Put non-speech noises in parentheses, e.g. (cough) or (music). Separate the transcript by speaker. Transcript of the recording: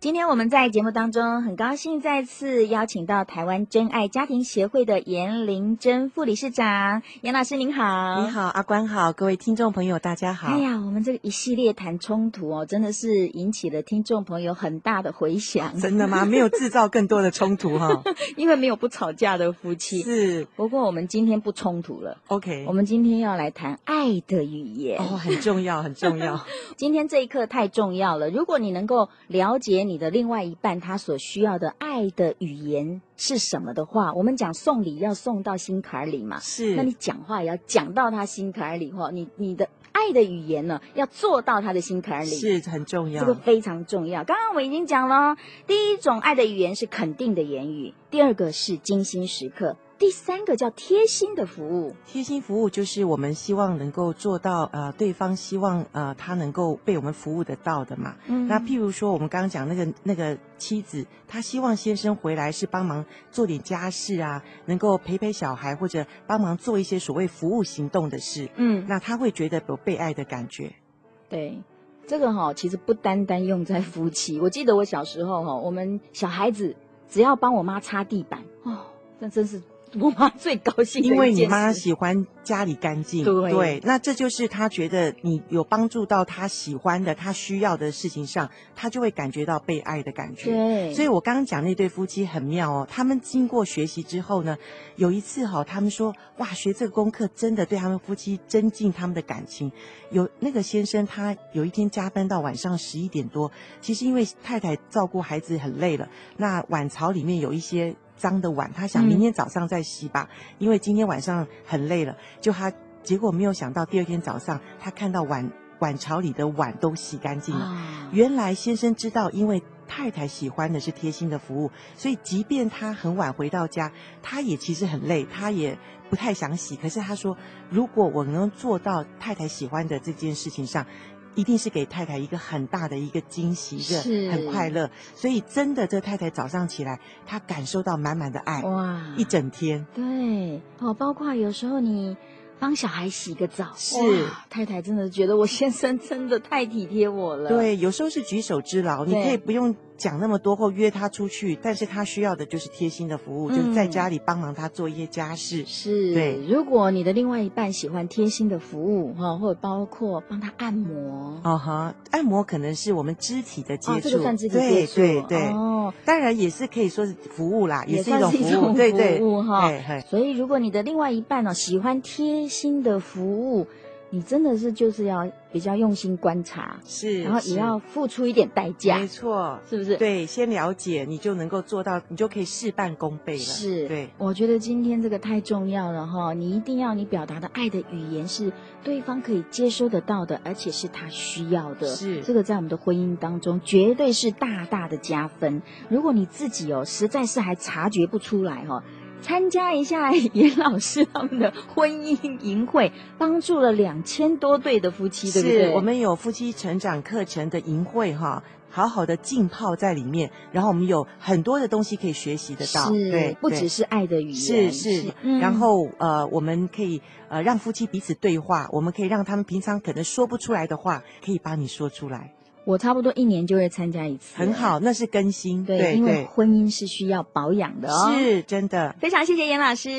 Speaker 1: 今天我们在节目当中，很高兴再次邀请到台湾真爱家庭协会的严玲珍副理事长，严老师您好。
Speaker 2: 你。好，阿关好，各位听众朋友，大家好。
Speaker 1: 哎呀，我们这个一系列谈冲突哦，真的是引起了听众朋友很大的回响，
Speaker 2: 真的吗？没有制造更多的冲突
Speaker 1: (laughs)
Speaker 2: 哈、
Speaker 1: 因为没有不吵架的夫妻。
Speaker 2: 是
Speaker 1: 不过我们今天不冲突了，
Speaker 2: OK，
Speaker 1: 我们今天要来谈爱的语言。
Speaker 2: 哦，很重要，很重要，
Speaker 1: 今天这一课太重要了。如果你能够了解你的另外一半他所需要的爱的语言是什么的话，我们讲送礼要送到心坎儿里嘛，
Speaker 2: 是
Speaker 1: (laughs) 那你讲话也要讲到他心坎儿里哈。你你的爱的语言呢，要做到他的心坎儿里。
Speaker 2: 是很重要
Speaker 1: 这，个非常重要。刚刚我们已经讲了，第一种爱的语言是肯定的言语，第二个是精心时刻，第三个叫贴心的服务。
Speaker 2: 贴心服务就是我们希望能够做到，呃，对方希望呃他能够被我们服务得到的嘛。
Speaker 1: 嗯
Speaker 2: 那譬如说，我们刚刚讲那个那个妻子，她希望先生回来是帮忙做点家事啊，能够陪陪小孩或者帮忙做一些所谓服务行动的事，
Speaker 1: 嗯，
Speaker 2: 那他会觉得有被爱的感觉。
Speaker 1: 对，这个哈、其实不单单用在夫妻。我记得我小时候哈、我们小孩子只要帮我妈擦地板，哦，那真是我妈最高兴的
Speaker 2: 因为
Speaker 1: 一
Speaker 2: 你
Speaker 1: 件
Speaker 2: 妈
Speaker 1: 事
Speaker 2: 喜欢家里干净，
Speaker 1: 对
Speaker 2: 那这就是她觉得你有帮助到她喜欢的、她需要的事情上，她就会感觉到被爱的感觉。
Speaker 1: 对，
Speaker 2: 所以我刚刚讲那对夫妻很妙哦，他们经过学习之后呢，有一次哈、他们说哇，学这个功课真的对他们夫妻增进他们的感情。有那个先生他有一天加班到晚上十一点多，其实因为太太照顾孩子很累了，那碗槽里面有一些。脏的碗，他想
Speaker 1: 嗯
Speaker 2: 明天早上再洗吧，因为今天晚上很累了。就他结果没有想到，第二天早上他看到碗碗槽里的碗都洗干净了，
Speaker 1: 啊，
Speaker 2: 原来先生知道，因为太太喜欢的是贴心的服务，所以即便他很晚回到家，他也其实很累，他也不太想洗。可是他说，如果我能做到太太喜欢的这件事情上。一定是给太太一个很大的一个惊喜，一
Speaker 1: 是
Speaker 2: 个很快乐。所以真的，这太太早上起来，她感受到满满的爱，
Speaker 1: 哇，
Speaker 2: 一整天。
Speaker 1: 对哦，包括有时候你帮小孩洗个澡，
Speaker 2: 是
Speaker 1: 哇太太真的觉得我先生真的太体贴我了，，
Speaker 2: 对，有时候是举手之劳，你
Speaker 1: 对
Speaker 2: 可以不用讲那么多或约他出去，但是他需要的就是贴心的服务，
Speaker 1: 嗯
Speaker 2: 就是在家里帮忙他做一些家事。
Speaker 1: 是，
Speaker 2: 对。
Speaker 1: 如果你的另外一半喜欢贴心的服务哈，或者包括帮他按摩，
Speaker 2: 啊哈，按摩可能是我们肢体的接触，
Speaker 1: 哦，这个算肢体接
Speaker 2: 对
Speaker 1: 触，
Speaker 2: 对对，
Speaker 1: 哦，
Speaker 2: 当然也是可以说是服务啦，
Speaker 1: 也
Speaker 2: 是一种
Speaker 1: 算是
Speaker 2: 服
Speaker 1: 一
Speaker 2: 务，
Speaker 1: 种
Speaker 2: 对对哎
Speaker 1: 服务哈
Speaker 2: 嘿嘿
Speaker 1: 所以如果你的另外一半哦喜欢贴心的服务，你真的是就是要比较用心观察，
Speaker 2: 是，
Speaker 1: 然后
Speaker 2: 是
Speaker 1: 也要付出一点代价
Speaker 2: 没，错，
Speaker 1: 是不是？。
Speaker 2: 对，先了解你就能够做到，你就可以事半功倍了，
Speaker 1: 是，
Speaker 2: 对，
Speaker 1: 我觉得今天这个太重要了哈，你一定要你表达的爱的语言是对方可以接收得到的，而且是他需要的。
Speaker 2: 是
Speaker 1: 这个在我们的婚姻当中绝对是大大的加分。如果你自己哦，实在是还察觉不出来哈、参加一下严老师他们的婚姻营会，帮助了两千多对的夫妻，对不对？
Speaker 2: 是我们有夫妻成长课程的营会哈，好好的浸泡在里面，然后我们有很多的东西可以学习得到，
Speaker 1: 是
Speaker 2: 对，
Speaker 1: 不
Speaker 2: 对
Speaker 1: 只是爱的语
Speaker 2: 是
Speaker 1: 言，
Speaker 2: 是，
Speaker 1: 嗯
Speaker 2: 然后呃，我们可以呃让夫妻彼此对话，我们可以让他们平常可能说不出来的话，可以帮你说出来，
Speaker 1: 我差不多一年就会参加一次，啊
Speaker 2: 很好，那是更新，
Speaker 1: 对，
Speaker 2: 对
Speaker 1: 因为
Speaker 2: 对，
Speaker 1: 婚姻是需要保养的哦。，
Speaker 2: 是真的。
Speaker 1: 非常谢谢严老师。